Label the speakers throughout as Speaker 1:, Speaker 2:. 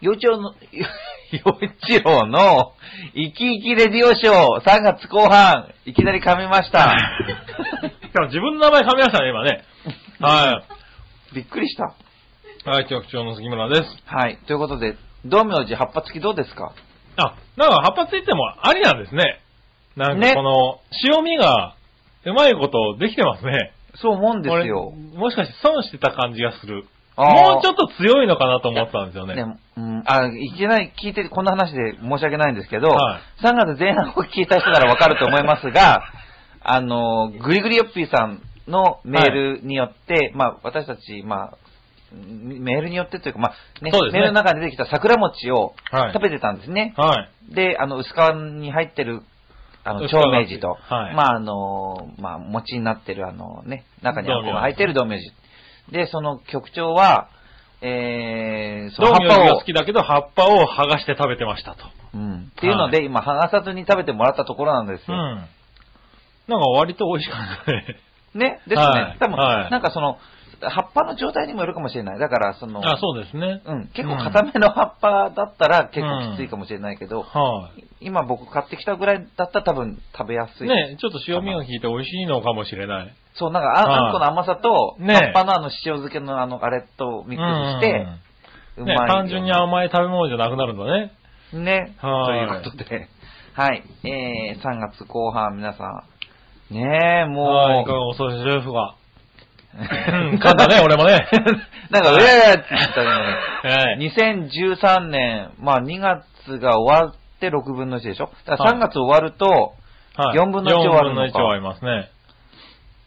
Speaker 1: 幼稚園の、 よ幼稚郎の、生き生きレディオショー、3月後半、いきなり噛みました。
Speaker 2: しかも自分の名前噛みましたね、今ね。 は
Speaker 1: びっくりした。
Speaker 2: い。はい、局長の杉村です。
Speaker 1: はい。ということで、道明寺葉っぱ付きどうですか
Speaker 2: あ、なんか葉っぱついてもありなんですね。なん
Speaker 1: ね
Speaker 2: かこの、塩味が、うまいことできてますね。
Speaker 1: そう思うんですよ
Speaker 2: こ。れもしかして損してた感じがする。
Speaker 1: あー
Speaker 2: もうちょっと強いのかなと思ってたんですよね。
Speaker 1: ね、うん、あ、いけない、聞いて、こんな話で申し訳ないんですけど、
Speaker 2: は
Speaker 1: 3月前半を聞いた人ならわかると思いますが、 あの、グリグリよっぴーさんのメールによって、まあ、私たち、まあ、うんメールによってというか、まあね、
Speaker 2: そうですね
Speaker 1: メールの中に出てきた桜餅を
Speaker 2: はい
Speaker 1: 食べてたんですね。
Speaker 2: はい。
Speaker 1: で、あの、薄皮に入ってる、あの、
Speaker 2: 薄皮
Speaker 1: 長明寺と、
Speaker 2: はい
Speaker 1: まあ、あの、まあ、餅になってる、あのね、中にあんこが入ってる道明寺。で、その局長は、えー、そ
Speaker 2: ド
Speaker 1: の
Speaker 2: ン
Speaker 1: 葉
Speaker 2: より
Speaker 1: っぱ
Speaker 2: が
Speaker 1: を
Speaker 2: 好、きだけど、葉っぱを剥がして食べてましたと。
Speaker 1: うん。っていうので、今、剥がさずに食べてもらったところなんです
Speaker 2: うん。
Speaker 1: よ。
Speaker 2: なんか割と美味しかったね。
Speaker 1: ねですね。
Speaker 2: はい
Speaker 1: 多分、
Speaker 2: はい
Speaker 1: なんかその、葉っぱの状態にもよるかもしれない。だから、その、
Speaker 2: あ、そうですね。
Speaker 1: うん、結構硬めの葉っぱだったら結構きついかもしれないけど、
Speaker 2: は
Speaker 1: 今僕買ってきたぐらいだったら多分食べやす
Speaker 2: い。
Speaker 1: い。
Speaker 2: ねちょっと塩味が効いて美味しいのかもしれない。
Speaker 1: そう、なんかあ,、
Speaker 2: はい
Speaker 1: んこの甘さと、
Speaker 2: ね
Speaker 1: 葉っぱのあの塩漬けのあのあれとミックスして、うま
Speaker 2: うんうん
Speaker 1: い
Speaker 2: ね
Speaker 1: よ、
Speaker 2: 単純に甘い食べ物じゃなくなるんだね。
Speaker 1: ね。
Speaker 2: はい
Speaker 1: ということで、はい。えー、3月後半皆さん、ねえ、もう、
Speaker 2: はい、いかがおそうですか、が。うん 噛んだね、俺もね。
Speaker 1: なんか、うえーって言った
Speaker 2: は
Speaker 1: のに、2013年、まあ2月が終わって6分の1でしょだから3月終わると、
Speaker 2: はい
Speaker 1: 4分の1終わるのか
Speaker 2: 4分の1終わりますね。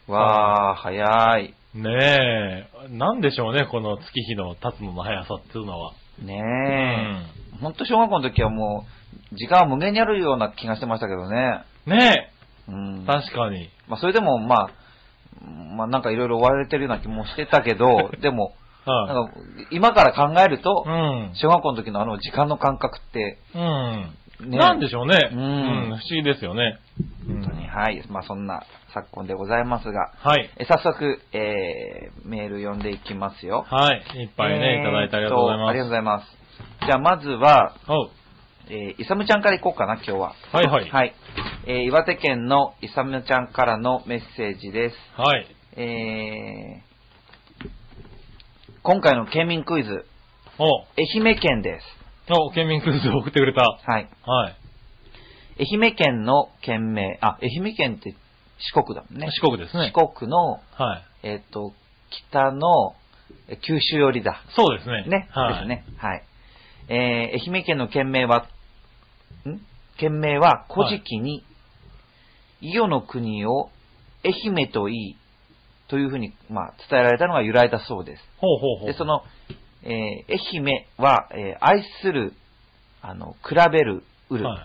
Speaker 1: わー、早い。
Speaker 2: ねえ、なんでしょうね、この月日の経つのの速さっていうのは。
Speaker 1: ねえ。ほんと小学校の時はもう、時間は無限にあるような気がしてましたけどね。
Speaker 2: うんね
Speaker 1: うん
Speaker 2: え、。確かに。
Speaker 1: まあそれでも、まあ、まあなんかいろいろ追われてるような気もしてたけ ど、でも、
Speaker 2: は
Speaker 1: なんか今から考えると
Speaker 2: い。う、ん。
Speaker 1: 小学校の時のあの時間の感覚って、
Speaker 2: うん。
Speaker 1: ね
Speaker 2: なんでしょうね。
Speaker 1: う
Speaker 2: うんん。不思議ですよね。
Speaker 1: 本当に、はい。まあそんな昨今でございますが、
Speaker 2: はい。
Speaker 1: え早速、えー、メール読んでいきますよ。
Speaker 2: はい。いっぱいね、いただいてありがとうござい
Speaker 1: えーっあ
Speaker 2: ます。
Speaker 1: りがとうございます。じゃあ、まずは、
Speaker 2: おう
Speaker 1: えー、イサムちゃんからいこうかな、今日は。
Speaker 2: はいはい
Speaker 1: はい。えー、岩手県のイサムちゃんからのメッセージです。
Speaker 2: はい。
Speaker 1: えー、今回の県民クイズ、
Speaker 2: おう
Speaker 1: 愛媛県です。
Speaker 2: お県民クイズを送ってくれた。
Speaker 1: はい。
Speaker 2: はい。
Speaker 1: 愛媛県の県名、あ、愛媛県って四国だもんね。
Speaker 2: 四国ですね。
Speaker 1: 四国の、
Speaker 2: はい。
Speaker 1: えーっ、と、北の、え九州寄りだ。
Speaker 2: そうですね。
Speaker 1: ね。
Speaker 2: はい。
Speaker 1: ですね。はい。えー、愛媛県の県名は、ん県名は、古事記に、伊予の国を愛媛と言い、というふうに、まあ、伝えられたのが由来だそうです。
Speaker 2: ほうほうほう。
Speaker 1: で、その、えー愛媛は、えー愛する、あの、比べる、うる。
Speaker 2: はい。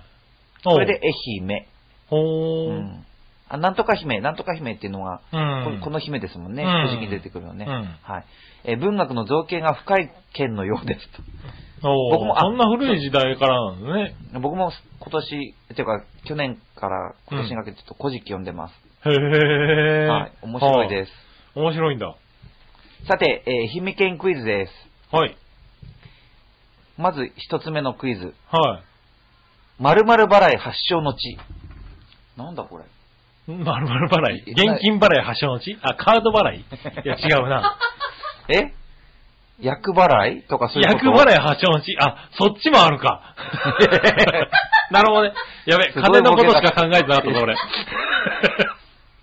Speaker 1: これで愛媛。
Speaker 2: おう、
Speaker 1: う
Speaker 2: ほー
Speaker 1: ん。あ、なんとか姫、なんとか姫っていうのが、
Speaker 2: うん。
Speaker 1: ここの姫ですもんね。
Speaker 2: うん
Speaker 1: 古事記に出てくるのね。
Speaker 2: うん
Speaker 1: はい。えー文学の造形が深い県のようですと。
Speaker 2: おう
Speaker 1: 僕もあ
Speaker 2: そんな古い時代からなんですね。
Speaker 1: 僕も今年、っていうか、去年から今年にかけてちょっと古事記読んでます。
Speaker 2: へえ。
Speaker 1: はい。面白い
Speaker 2: は
Speaker 1: です。
Speaker 2: あ。面白いんだ。
Speaker 1: さて、えー、愛媛県クイズです。
Speaker 2: はい。
Speaker 1: まず一つ目のクイズ。
Speaker 2: は
Speaker 1: 〇〇払い発祥の地。なんだこれ。
Speaker 2: い。まるまる払い。
Speaker 1: いらない
Speaker 2: 現金払い発祥の地あ、カード払い。いや、違うな。
Speaker 1: え役払いとか そういうこ
Speaker 2: 役
Speaker 1: と
Speaker 2: 払い発祥の地あ、そっちもある か。なるほどね。やべ、
Speaker 1: すご
Speaker 2: 金
Speaker 1: い
Speaker 2: の
Speaker 1: ボ
Speaker 2: こ
Speaker 1: ケ
Speaker 2: と
Speaker 1: だ
Speaker 2: しか考えてなかったぞ、 俺。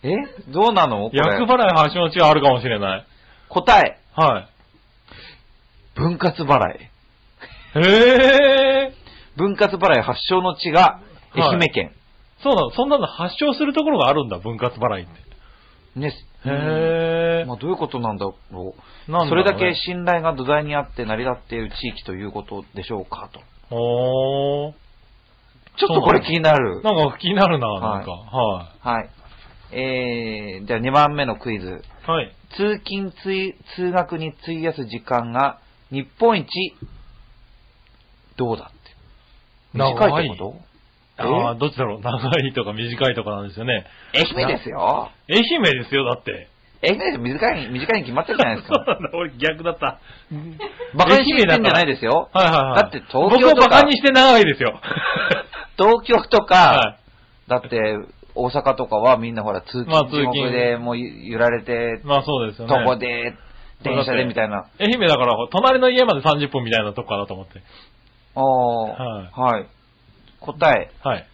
Speaker 1: えどうなのこれ
Speaker 2: 役払い発祥の地はあるかもしれない。
Speaker 1: 答え。
Speaker 2: はい。
Speaker 1: 分割払い。
Speaker 2: へえ。
Speaker 1: 分割払い発祥の地が愛媛県。
Speaker 2: そうなの、そんなの発祥するところがあるんだ、分割払いって。
Speaker 1: ね。
Speaker 2: へえ。
Speaker 1: まあ、どういうことなんだろう。
Speaker 2: なんだろうね
Speaker 1: それだけ信頼が土台にあって成り立っている地域ということでしょうかと。
Speaker 2: おー。
Speaker 1: ちょっとこれ気になる。
Speaker 2: なんか気になるな、
Speaker 1: はい
Speaker 2: なんか。は
Speaker 1: はい。えー、じゃあ2番目のクイズ。
Speaker 2: い。はい。
Speaker 1: 通勤通、通学に費やす時間が日本一、どうだって。短いってこと
Speaker 2: ああ、どっちだろう。長いとか短いとかなんですよね。
Speaker 1: 愛媛ですよ。
Speaker 2: 愛媛ですよ、だって。
Speaker 1: 愛媛で短い、短いに決まってるじゃないです か。
Speaker 2: そうなんだ俺逆だった。
Speaker 1: バカにしてんじゃないですよ。
Speaker 2: はいはいはい。
Speaker 1: だって東京とか
Speaker 2: 僕をバカにして長いですよ。
Speaker 1: 東京とか、
Speaker 2: は
Speaker 1: だって大阪とかはみんなほら通勤
Speaker 2: まあ通
Speaker 1: 地
Speaker 2: 勤
Speaker 1: 獄でもう揺られて
Speaker 2: い。、まあそうですよね。
Speaker 1: 徒歩で、電車でみたいな。
Speaker 2: 愛媛だから、隣の家まで30分みたいなとこかなと思って。
Speaker 1: ああ、はい。答え、
Speaker 2: はい。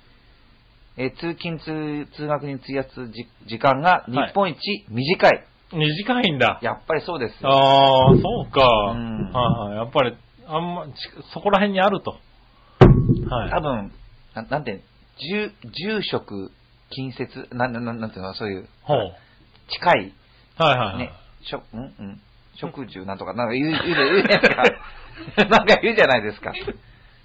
Speaker 1: えー通勤通、通学に費やすじ時間が日
Speaker 2: はい
Speaker 1: 本一短い。
Speaker 2: 短いんだ。
Speaker 1: やっぱりそうですよ。
Speaker 2: ああ、そうか。
Speaker 1: ん
Speaker 2: はいはい。やっぱり、あんま、ちそこら辺にあると。はい。
Speaker 1: 多分、ななんて、住、住職、近接、なん、なん、なんていうの、そういう、
Speaker 2: ほう。
Speaker 1: 近い、
Speaker 2: はいはいはい。
Speaker 1: ね、食、んうん。食住なんとか、なんか言う、言うじゃ言うじゃないですか。なんか言うじゃないですか。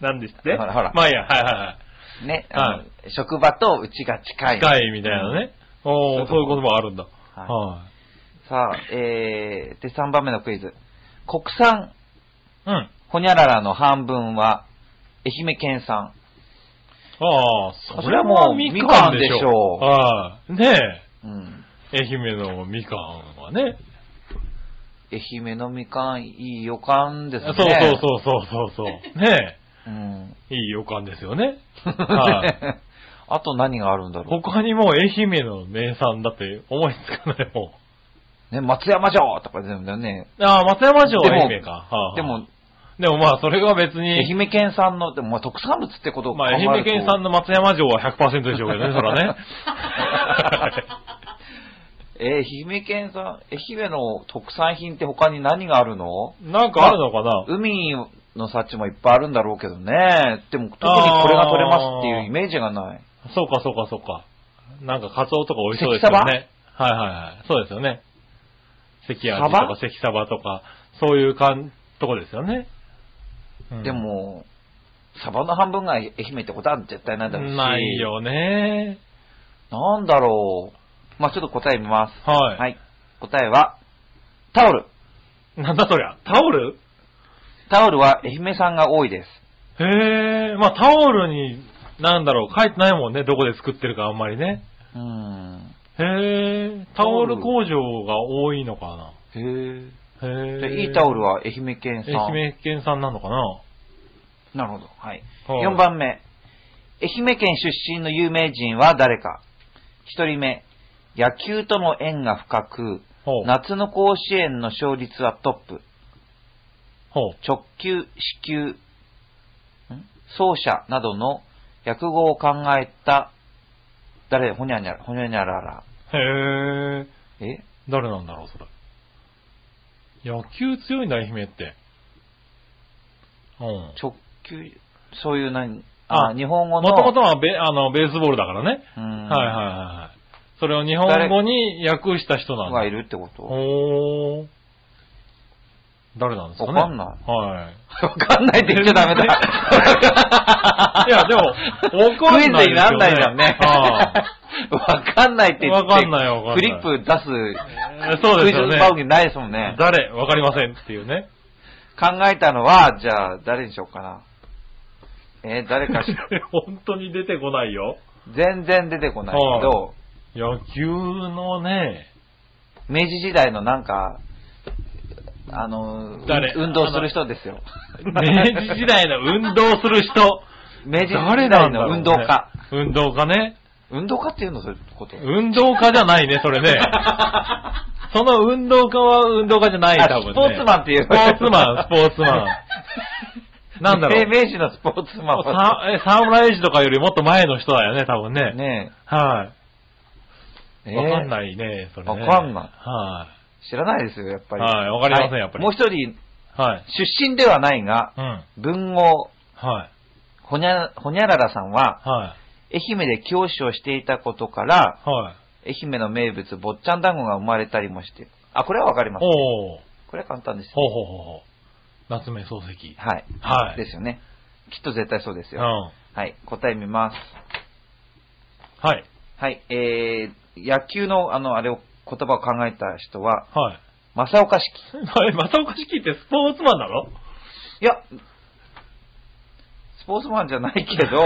Speaker 2: なんですって
Speaker 1: ほらほら
Speaker 2: まあいいや、はいはいはい。
Speaker 1: ね、あの
Speaker 2: は
Speaker 1: 職場とうちが近い。
Speaker 2: 近いみたいなね。おお
Speaker 1: そう
Speaker 2: そう
Speaker 1: い
Speaker 2: いうう
Speaker 1: こ
Speaker 2: ことともあるんだ。
Speaker 1: はい
Speaker 2: は
Speaker 1: さあ、えー、で、3番目のクイズ。国産
Speaker 2: い。うん。
Speaker 1: ほにゃららの半分は、愛媛県産。
Speaker 2: ああ、
Speaker 1: そ
Speaker 2: そ
Speaker 1: れは
Speaker 2: れは
Speaker 1: も
Speaker 2: も
Speaker 1: う
Speaker 2: う
Speaker 1: み
Speaker 2: み
Speaker 1: か
Speaker 2: か
Speaker 1: んで
Speaker 2: んで
Speaker 1: し
Speaker 2: し
Speaker 1: ょ
Speaker 2: ょ。
Speaker 1: う
Speaker 2: はい。ね
Speaker 1: うん。
Speaker 2: え。愛媛のみかんはね。
Speaker 1: 愛媛のみかん、いい予感です
Speaker 2: そう
Speaker 1: ね。
Speaker 2: そうそうそうそうそう。ね
Speaker 1: う。うん。
Speaker 2: え。いい予感ですよ ね。はい。
Speaker 1: あと何があるんだろ
Speaker 2: 他にもう愛媛の名産だって思いつかないも
Speaker 1: う。ね、松山城とか全部ね。
Speaker 2: ん。ああ、松山城
Speaker 1: で
Speaker 2: は
Speaker 1: も
Speaker 2: 愛媛か。はい
Speaker 1: でも、、
Speaker 2: でもまあそれが別
Speaker 1: 愛
Speaker 2: に、
Speaker 1: 媛県産の、でもまあ特産物ってことを
Speaker 2: ま
Speaker 1: 考
Speaker 2: あ
Speaker 1: える
Speaker 2: 愛
Speaker 1: と
Speaker 2: 媛県産の松山城は100%でしょうけど ね、そらね。
Speaker 1: えー、愛媛県産、愛媛の特産品って他に何があるの
Speaker 2: なんかあるのかな
Speaker 1: 海の幸もいっぱいあるんだろうけどね。でも特にこれが取れますっていうイメージがない。
Speaker 2: そうか、そうか、そうか。なんか、カツオとか美味しそうですよね。はいはいはい。そうですよね。関アジと
Speaker 1: サバ
Speaker 2: か関サバとか、そういうかん、とこですよね。うん
Speaker 1: で、も、サバの半分が愛媛ってことは絶対ないだろうし。
Speaker 2: ないよね。
Speaker 1: なんだろう。まあちょっと答え見ます。
Speaker 2: はい。
Speaker 1: はい。答えは、タオル。
Speaker 2: なんだそりゃ、タオル
Speaker 1: タオルは愛媛産が多いです。
Speaker 2: へえ、まあタオルに、なんだろう、書いてないもんね、どこで作ってるかあんまりね。
Speaker 1: うーん。
Speaker 2: へえ、タオル工場が多いのか
Speaker 1: へ
Speaker 2: な。
Speaker 1: え。
Speaker 2: へ
Speaker 1: で
Speaker 2: え。
Speaker 1: いいタオル
Speaker 2: は
Speaker 1: は愛媛県産。
Speaker 2: 愛媛県産なのかな
Speaker 1: なるほど。はい。
Speaker 2: はい
Speaker 1: 4番目。愛媛県出身の有名人は誰か ?1 人目。野球との縁が深く、
Speaker 2: ほう。
Speaker 1: 夏の甲子園の勝率はトップ。
Speaker 2: ほう。
Speaker 1: 直球、死球、ん走者などの訳語を考えた、誰ほにゃにゃら、ほにゃにゃらら。
Speaker 2: へえ。
Speaker 1: え
Speaker 2: 誰なんだろう、それ。野球強いんだ、愛媛って。うん。
Speaker 1: 直球、そういう何
Speaker 2: あ
Speaker 1: 日本語
Speaker 2: も
Speaker 1: の。
Speaker 2: ともとはベあのベースボールだからね。
Speaker 1: うん
Speaker 2: はいはいはい。それを日本語に訳した人なん
Speaker 1: が
Speaker 2: だ。
Speaker 1: いるってことわ
Speaker 2: おー。誰なんですかね。
Speaker 1: わかんな
Speaker 2: は い。
Speaker 1: かんないって言っちゃダメだ。
Speaker 2: いや、でも、わかんな
Speaker 1: クイ
Speaker 2: い、
Speaker 1: ズになんないじゃんね。
Speaker 2: はい
Speaker 1: わかんないって言って。
Speaker 2: わかんないわかんない
Speaker 1: フリップ出す、
Speaker 2: えそうですよ
Speaker 1: クイズ
Speaker 2: ね。
Speaker 1: 番組ないですもんね。
Speaker 2: 誰わかりませんっていうね。
Speaker 1: 考えたのは、じゃあ、誰にしようかな。えー誰か し、
Speaker 2: 本当に出てこないよ。
Speaker 1: 全然出てこないけど、
Speaker 2: 野球のね、
Speaker 1: 明治時代のなんか、あの、
Speaker 2: 誰
Speaker 1: 運動する人ですよ。
Speaker 2: 明治時代の運動する人。
Speaker 1: 明治
Speaker 2: 誰
Speaker 1: 時
Speaker 2: な
Speaker 1: 代
Speaker 2: んだ
Speaker 1: の
Speaker 2: ろうね
Speaker 1: 運動家。。
Speaker 2: 運動家ね。
Speaker 1: 運動家っていうのそういうこと
Speaker 2: 運動家じゃないね、それね。 その運動家は運動家じゃない、
Speaker 1: あ
Speaker 2: 多分、ね。
Speaker 1: スポーツマンっていう
Speaker 2: スポーツマン、スポーツ マン。なんだろ
Speaker 1: え
Speaker 2: う。
Speaker 1: 明治のスポーツマンは。
Speaker 2: さえ侍氏とかよりもっと前の人だよね、多分ね。
Speaker 1: ね
Speaker 2: は
Speaker 1: え。
Speaker 2: い。わかん
Speaker 1: い。
Speaker 2: ないね、それね。
Speaker 1: わかんない
Speaker 2: は
Speaker 1: 知らないですよ、やっぱり。
Speaker 2: はいわかりませんやっぱり
Speaker 1: もう一人、
Speaker 2: い。はい。
Speaker 1: 出身ではないが、
Speaker 2: うん。
Speaker 1: 文豪、
Speaker 2: はい。
Speaker 1: ほにゃ、ほにゃららさんは、
Speaker 2: は
Speaker 1: 愛媛で教師をしていたことから、
Speaker 2: い。はい。
Speaker 1: 愛媛の名物、坊っちゃん団子が生まれたりもして。あ、これはわかります。
Speaker 2: おー。
Speaker 1: これは簡単ですよ。
Speaker 2: ほうほうほうほう。夏目漱石。
Speaker 1: はい。
Speaker 2: はい
Speaker 1: ですよね。きっと絶対そうです
Speaker 2: うん。
Speaker 1: よ。
Speaker 2: は
Speaker 1: はい。答え見ます。
Speaker 2: い。
Speaker 1: はい。えー、野球の、あの、あれを、言葉を考えた人は、
Speaker 2: はい。
Speaker 1: 正岡式。
Speaker 2: え、正岡式ってスポーツマンなの
Speaker 1: いや、スポーツマンじゃ ないけど、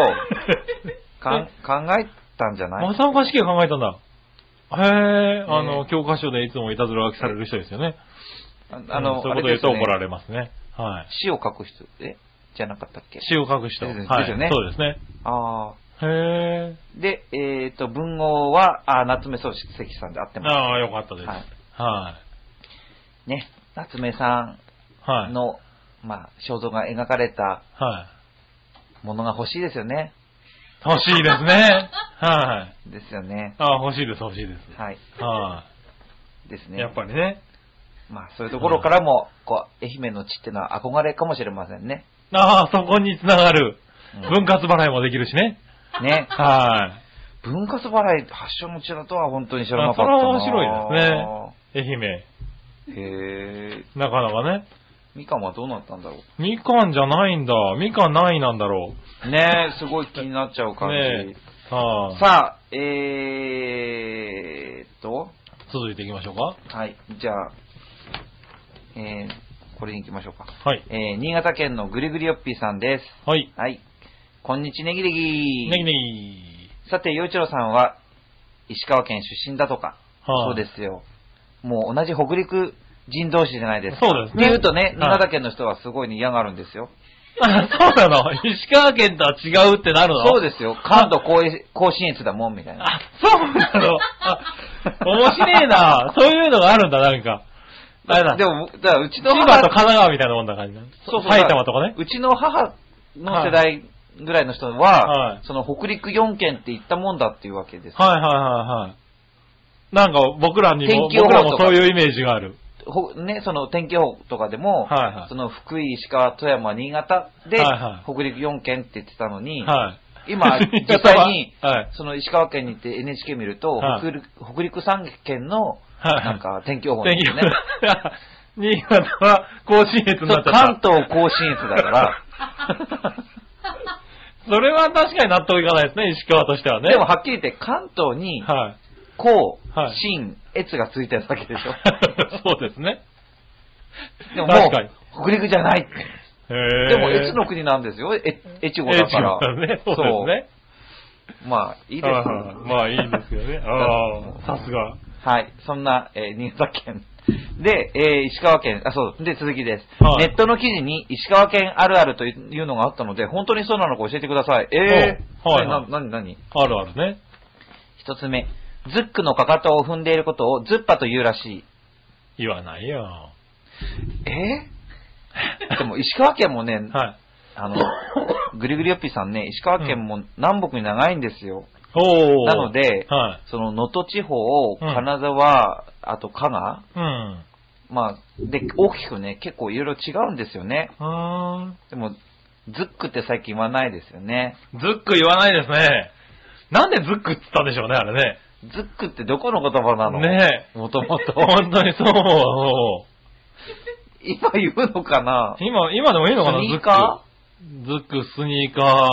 Speaker 1: かん考えたんじゃない
Speaker 2: 正岡式が考えたんだ。へえ、あ
Speaker 1: え
Speaker 2: の、教科書でいつもいたずら書きされる人ですよね。
Speaker 1: ああの、
Speaker 2: うんそう
Speaker 1: あ
Speaker 2: いうこ
Speaker 1: れ
Speaker 2: と言
Speaker 1: ですよ
Speaker 2: うと怒ら
Speaker 1: ね。
Speaker 2: れますね。はい。
Speaker 1: 死を書く人、えじゃなかったっけ
Speaker 2: 詩を書く人。
Speaker 1: ですよね
Speaker 2: は
Speaker 1: ですよ
Speaker 2: い、
Speaker 1: ね
Speaker 2: そうですね。
Speaker 1: ああ。
Speaker 2: へえ。
Speaker 1: で、えっ、と、文豪は、あー夏目漱石さんで合ってます。
Speaker 2: ああ、よかったです。
Speaker 1: は
Speaker 2: は
Speaker 1: ね、夏目さ
Speaker 2: い。はい。
Speaker 1: んの、まあ、肖像が描かれた
Speaker 2: は
Speaker 1: ものが欲しいですよね。
Speaker 2: い。欲しいで すね。はい。
Speaker 1: ですよね。
Speaker 2: ああ、欲しいです、欲しいです。
Speaker 1: はい。
Speaker 2: は
Speaker 1: です
Speaker 2: い。
Speaker 1: ね。
Speaker 2: やっぱりね。
Speaker 1: まあ、そういうところからも、こう、愛媛の地ってのは憧れかもしれませんね。
Speaker 2: ああ、そこにつながる。
Speaker 1: うん
Speaker 2: 分割払いもできるしね。
Speaker 1: ね。
Speaker 2: は
Speaker 1: 文化素払い発祥の地だとは本当に知らなかった
Speaker 2: あ
Speaker 1: な。
Speaker 2: それは面白い。愛媛。
Speaker 1: いですね。へえ。
Speaker 2: なかなかね。
Speaker 1: みかんはどうなったんだろ
Speaker 2: みかんじゃないんだ。みかんないなんだろ
Speaker 1: う。ねえ、すごい気になっちゃう感じ。
Speaker 2: ねう。はあ。
Speaker 1: さあ、えーっと、
Speaker 2: 続いていきましょうか。
Speaker 1: はい、じゃあ、えー、これに行きましょうか。
Speaker 2: はい。
Speaker 1: えー、新潟県のぐりぐりよっぴーさんです。
Speaker 2: はい。
Speaker 1: はい。こんにちねぎねぎ。
Speaker 2: ネギネ
Speaker 1: さて、洋一郎さんは、石川県出身だとか、
Speaker 2: はい
Speaker 1: そうですよ。もう同じ北陸人同士じゃないですか。
Speaker 2: そうですね
Speaker 1: って言うとね、新
Speaker 2: はい
Speaker 1: 潟県の人はすごいに嫌がるんですよ。
Speaker 2: ギ。あ、そうなの石川県とは違うってなるの
Speaker 1: そうですよ。関東甲衛甲信越だもん、みたいな。
Speaker 2: あ、そうなのあ、 面白いな。そういうのがあるんだ、なんか。あれだ。
Speaker 1: でも、だからうちの
Speaker 2: 千葉と神奈川みたいなもんだ感じだ
Speaker 1: そうそう
Speaker 2: 埼玉とかね。
Speaker 1: うちの母の世代ぐらいの人は、
Speaker 2: はい
Speaker 1: その北陸4県って言ったもんだっていうわけです。
Speaker 2: はいはいはいはい。なんか僕らにも、
Speaker 1: 天気予報
Speaker 2: 僕らも
Speaker 1: とか
Speaker 2: そういうイメージがある。
Speaker 1: ほね、その天気予報とかでも、
Speaker 2: はいはい
Speaker 1: その福井、石川、富山、新潟で、
Speaker 2: はいは
Speaker 1: 北陸4県って言ってたのに、
Speaker 2: はい。、
Speaker 1: 今、実際に
Speaker 2: はい。
Speaker 1: その石川県に行って NHK 見ると、
Speaker 2: はい
Speaker 1: 北陸北陸3県の、
Speaker 2: はいはい
Speaker 1: なんか天気予報なん
Speaker 2: 天
Speaker 1: で
Speaker 2: 気
Speaker 1: す
Speaker 2: 予
Speaker 1: ね。
Speaker 2: 報。新潟は甲信越
Speaker 1: そ
Speaker 2: に
Speaker 1: う
Speaker 2: なっちゃっ
Speaker 1: 関
Speaker 2: た。
Speaker 1: 東甲信越だから、
Speaker 2: それは確かに納得いかないですね、石川としては ね。
Speaker 1: でもはっきり言って関東に、
Speaker 2: はい。
Speaker 1: 甲
Speaker 2: はい、
Speaker 1: 信、越がついてるわけでしょ。
Speaker 2: そうですね。
Speaker 1: でもも
Speaker 2: 確かに。
Speaker 1: う、北陸じゃないって。
Speaker 2: へー
Speaker 1: でも、越の国なんですよ。え越後だから。
Speaker 2: え違うね。そうですね。
Speaker 1: そうまあ、いいです
Speaker 2: はいはいまあいいんですけど ね。ああ、さすが。
Speaker 1: はい。そんな、えー新潟県。で、えー石川県、あ、そう、で、続きです、
Speaker 2: はい
Speaker 1: ネットの記事に石川県あるあるというのがあったので、本当にそうなのか教えてください。えー、
Speaker 2: おはいはい
Speaker 1: えな、なになに
Speaker 2: あるあるね。
Speaker 1: 一つ目。ズックのかかとを踏んでいることをズッパと言うらしい。
Speaker 2: 言わないよ。
Speaker 1: え ーでも石川県もね、
Speaker 2: はい。
Speaker 1: あの、ぐりぐりよっぴさんね、石川県も南北に長いんですよ。
Speaker 2: おお。
Speaker 1: なので
Speaker 2: はい。
Speaker 1: その、能登地方、金沢、あと加賀、
Speaker 2: うん。
Speaker 1: まあ、で、大きくね、結構いろいろ違うんですよね。
Speaker 2: うーん。
Speaker 1: でも、ズックって最近言わないですよね。
Speaker 2: ズック言わないですね。なんでズックって言ったんでしょうね、あれね。
Speaker 1: ズックってどこの言葉なの
Speaker 2: ね
Speaker 1: もともと。
Speaker 2: 本当にそう。
Speaker 1: 今言うのかな
Speaker 2: 今、今でもいいのかな、
Speaker 1: ス
Speaker 2: ズ
Speaker 1: ニ
Speaker 2: ッ
Speaker 1: ーカ
Speaker 2: ク。ズック、スニーカー。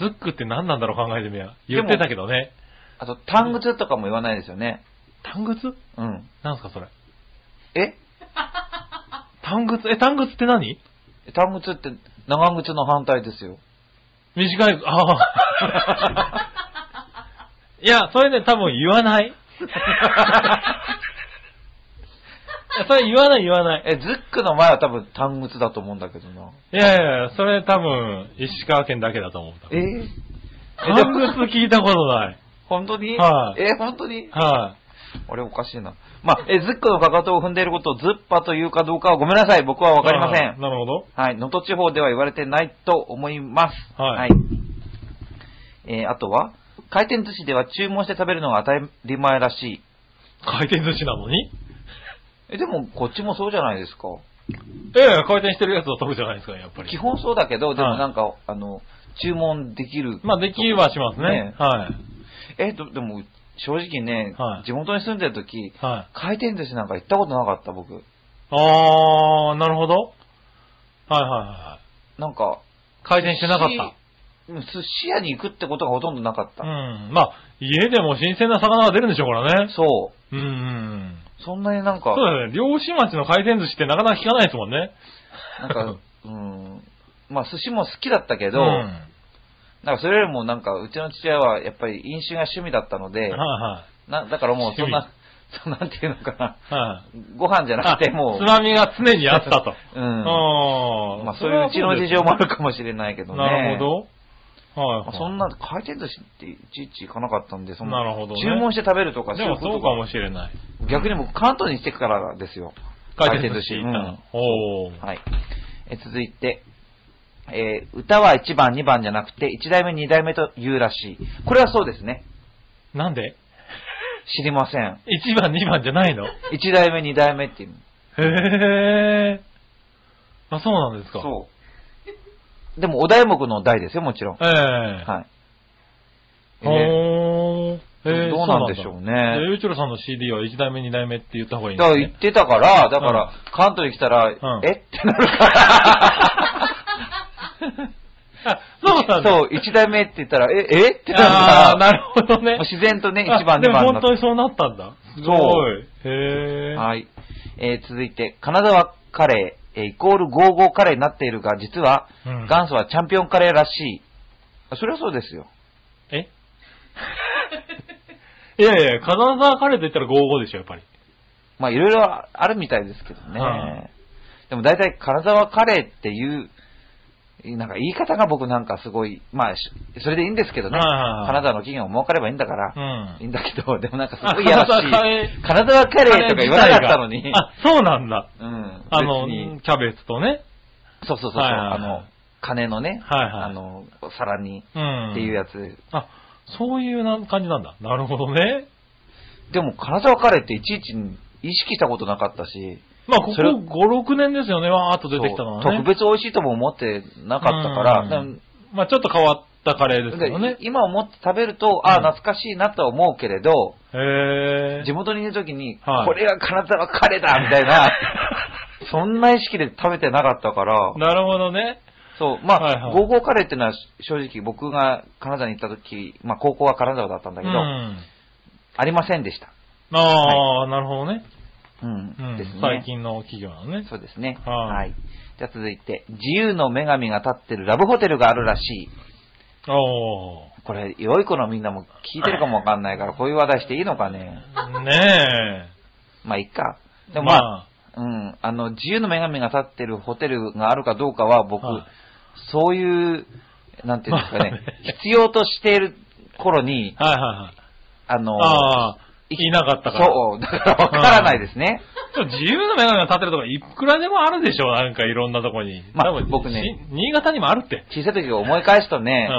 Speaker 2: ズックって何なんだろう考えてみや。言ってたけどね。
Speaker 1: あと、単靴とかも言わないですよね。
Speaker 2: 単靴
Speaker 1: うん。
Speaker 2: なんすかそれ。
Speaker 1: え
Speaker 2: 単靴え、単靴って何
Speaker 1: 単靴って長靴の反対 ですよ。
Speaker 2: 短い、 ああ。いや、それね、多分言わない。 いやそれ言わない言わない。
Speaker 1: え、ズックの前は多分単靴だと思うんだけどな。
Speaker 2: いやいやいや、それ多分、石川県だけだと思う。
Speaker 1: えー
Speaker 2: 単靴聞いたことない。
Speaker 1: 本当に、
Speaker 2: はい
Speaker 1: えー、本当に
Speaker 2: は。
Speaker 1: あれおかしいな。まあ、え、ズックのかかとを踏んでいることをズッパというかどうかはごめんなさい。僕はいわかりませ
Speaker 2: あー
Speaker 1: ん。
Speaker 2: なるほど。
Speaker 1: はい。能登地方では言われてないと思います。
Speaker 2: はい
Speaker 1: えーあとは、回転寿司では注文して食べるのが当たり前らしい。
Speaker 2: 回転寿司なのに
Speaker 1: え、でもこっちもそうじゃないですか。
Speaker 2: いやいや、回転してるやつを取るじゃないですか、やっぱり。
Speaker 1: 基本そうだけど、でも
Speaker 2: はい
Speaker 1: なんか、あの、注文できる。
Speaker 2: まあ、できはしますね。
Speaker 1: ね
Speaker 2: はい。
Speaker 1: え、ででも、正直ね、
Speaker 2: はい
Speaker 1: 地元に住んでる時、
Speaker 2: はい。
Speaker 1: 回転寿司なんか行ったことなかった、僕。
Speaker 2: あー、なるほど。はいはいはい。
Speaker 1: なんか、
Speaker 2: 回転してなかっ。
Speaker 1: 寿司寿司屋に行くってことがほとんどなかったた。
Speaker 2: うん。まあ、家でも新鮮な魚が出るんでしょうからね。
Speaker 1: そう。
Speaker 2: うんうん。
Speaker 1: そんなになん
Speaker 2: そ
Speaker 1: か
Speaker 2: う、だよね。漁師町の回転寿司ってなかなか聞かないですもんね。
Speaker 1: なん か、うん、まあ寿司も好きだったけ
Speaker 2: う
Speaker 1: ど、
Speaker 2: ん。
Speaker 1: なんかそれよりもなんか、うちの父親はやっぱり飲酒が趣味だったので、
Speaker 2: はいはい。
Speaker 1: な、だからもうそんな、そうなんていうのかな。ご飯じゃな
Speaker 2: あ
Speaker 1: くても
Speaker 2: 津波が常にあったと。
Speaker 1: う、う。
Speaker 2: うんん
Speaker 1: まあそういううちの事情もあるかもしれないけどね。
Speaker 2: なるほど。は
Speaker 1: ま
Speaker 2: い、はい。
Speaker 1: あそんな、回転寿司っていちいち行かなかったんで、そん
Speaker 2: なるほどね
Speaker 1: 注文して食べるとか
Speaker 2: でも
Speaker 1: する
Speaker 2: そ
Speaker 1: こ
Speaker 2: う
Speaker 1: と
Speaker 2: か
Speaker 1: が
Speaker 2: もしれない。
Speaker 1: 逆に僕、関東に来てからですよ。
Speaker 2: 回転寿司行ったの。おー。
Speaker 1: はい。え続いて、えー歌は1番、2番じゃなくて、1代目、2代目と言うらしい。これはそうですね。
Speaker 2: なんで
Speaker 1: 知りません。
Speaker 2: ?1 番、2番じゃないのへ
Speaker 1: 1代目、2代目っていうの。
Speaker 2: え。あ、そうなんですか。
Speaker 1: そう。でも、お題目の題ですよ、もちろん。
Speaker 2: ええ
Speaker 1: はい。えー
Speaker 2: ほー。えー
Speaker 1: どうなんでしょうね
Speaker 2: そなんだじゃあゆうちろさんの CD は1代目、2代目って言った方がいいん
Speaker 1: だから
Speaker 2: です
Speaker 1: 言
Speaker 2: ね
Speaker 1: っ。てたから、だから、関東に来たら、
Speaker 2: ん
Speaker 1: え ってなるから。
Speaker 2: あ、そうなんだ。
Speaker 1: そう、1代目って言ったら、え、えってなる
Speaker 2: あ
Speaker 1: か
Speaker 2: ー
Speaker 1: ら、
Speaker 2: なるほどね。
Speaker 1: 自然とね、
Speaker 2: あ
Speaker 1: 1番、
Speaker 2: で
Speaker 1: 2
Speaker 2: も
Speaker 1: 番になっ
Speaker 2: 本
Speaker 1: て
Speaker 2: 当にそうなったんだ。すごい。へえ。
Speaker 1: はい。えー続いて、金沢カレー、えーイコール55カレーになっているが、実は、
Speaker 2: うん
Speaker 1: 元祖はチャンピオンカレーらしい。あそれはそうですよ。
Speaker 2: え いやいや、金沢カレーと言ったら55でしょ、やっぱり。
Speaker 1: まあ、いろいろあるみたいですけどね。
Speaker 2: はい
Speaker 1: でも大体、金沢カレーっていう、なんか言い方が僕なんかすごい、まあ、しそれでいいんですけどね。
Speaker 2: はい
Speaker 1: 金
Speaker 2: はいはい
Speaker 1: 沢の企業も儲かればいいんだから
Speaker 2: う、
Speaker 1: いい
Speaker 2: ん。
Speaker 1: んだけど、でもなんかすごいやらし
Speaker 2: あ金沢カレ
Speaker 1: い。金沢カレーとか言わなかったのに。
Speaker 2: あ、そうなんだ。
Speaker 1: うん。
Speaker 2: あの、
Speaker 1: 別に
Speaker 2: キャベツとね。
Speaker 1: そうそうそうそう、
Speaker 2: はいはいはい
Speaker 1: あの、金のね、
Speaker 2: はいはい
Speaker 1: あの、お皿に
Speaker 2: うん。
Speaker 1: っていうやつ、
Speaker 2: あ、そういうな感じなんだ。なるほどね。
Speaker 1: でも、金沢カレーっていちいち意識したことなかったし、
Speaker 2: まあ、ここ
Speaker 1: それ
Speaker 2: 5、6年ですよね、わーっと出てきたのは
Speaker 1: そう
Speaker 2: ね。
Speaker 1: 特別美味しいとも思ってなかったから、
Speaker 2: うんまあ、ちょっと変わったカレーですけ
Speaker 1: で
Speaker 2: どね。
Speaker 1: 今思って食べると、あ
Speaker 2: うん
Speaker 1: あ、懐かしいなとは思うけれど、
Speaker 2: へえ。
Speaker 1: 地元にいる時に、
Speaker 2: はい
Speaker 1: これが金沢カレーだみたい な、そんな意識で食べてなかったから、
Speaker 2: なるほどね。
Speaker 1: そう、まあ、
Speaker 2: はいはい
Speaker 1: ゴーゴーカレーってのは正直僕が金沢に行った時、まあ高校は金沢だったん
Speaker 2: う
Speaker 1: だけど、
Speaker 2: ん。
Speaker 1: ありませんでした。
Speaker 2: ああ、なるほどね。
Speaker 1: うん
Speaker 2: うん
Speaker 1: ですね。
Speaker 2: 最近の企業なのね。
Speaker 1: そうですね。
Speaker 2: はい
Speaker 1: はい。じゃあ続いて、自由の女神が立ってるラブホテルがあるらしい。
Speaker 2: お
Speaker 1: これ、良い子のみんなも聞いてるかもわかんないから、こういう話題していいのかね。
Speaker 2: ー。ね
Speaker 1: まあ、いっか。
Speaker 2: え。
Speaker 1: でも、
Speaker 2: ま
Speaker 1: うん。あの、自由の女神が立ってるホテルがあるかどうかは、僕、
Speaker 2: はい
Speaker 1: そういう、なんていうんですかね、
Speaker 2: まあね
Speaker 1: 必要としている頃に、
Speaker 2: あ、はいはいはい。
Speaker 1: あの、
Speaker 2: ああ、
Speaker 1: い
Speaker 2: いなかったから。
Speaker 1: そう、だからわからないですね。
Speaker 2: でも自由の女神が立ってるとかいくらでもあるでしょ、なんかいろんなとこに。
Speaker 1: まあ
Speaker 2: 多分
Speaker 1: 僕ね
Speaker 2: し新潟にもあるって。
Speaker 1: 小さい時を思い返すと
Speaker 2: う
Speaker 1: ね、
Speaker 2: ん。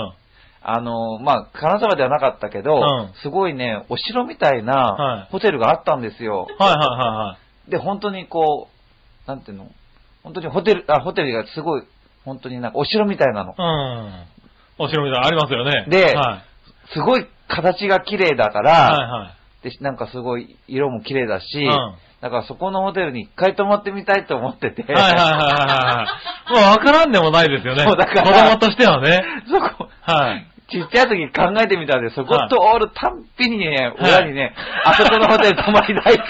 Speaker 1: あの、まあ、金沢ではなかったけど、
Speaker 2: うん
Speaker 1: すごいね、お城みたい
Speaker 2: は
Speaker 1: ないホテルがあったんですよ。
Speaker 2: はいはいはいはい。
Speaker 1: で、本当にこう、なんていうの本当にホテル、あ、ホテルがすごい、本当になんかお城みたいなの。
Speaker 2: うん。お城みたいなのありますよね。
Speaker 1: で
Speaker 2: は
Speaker 1: すごい形が綺麗だか
Speaker 2: い。
Speaker 1: ら、
Speaker 2: は
Speaker 1: で、なんかすごい色も綺麗だし、
Speaker 2: いはい。うん。は
Speaker 1: だからそこのホテルに一回泊まってみたいと思ってて、
Speaker 2: いはいはい はいはい。もうわからんでもないですよね。
Speaker 1: そうだから
Speaker 2: 子供としてはね。
Speaker 1: そこ、
Speaker 2: はい。
Speaker 1: ちっちゃい時考えてみたんで、そこ通るたんびにね、
Speaker 2: はい
Speaker 1: 親にね、あそこのホテル泊まりたいっ てね、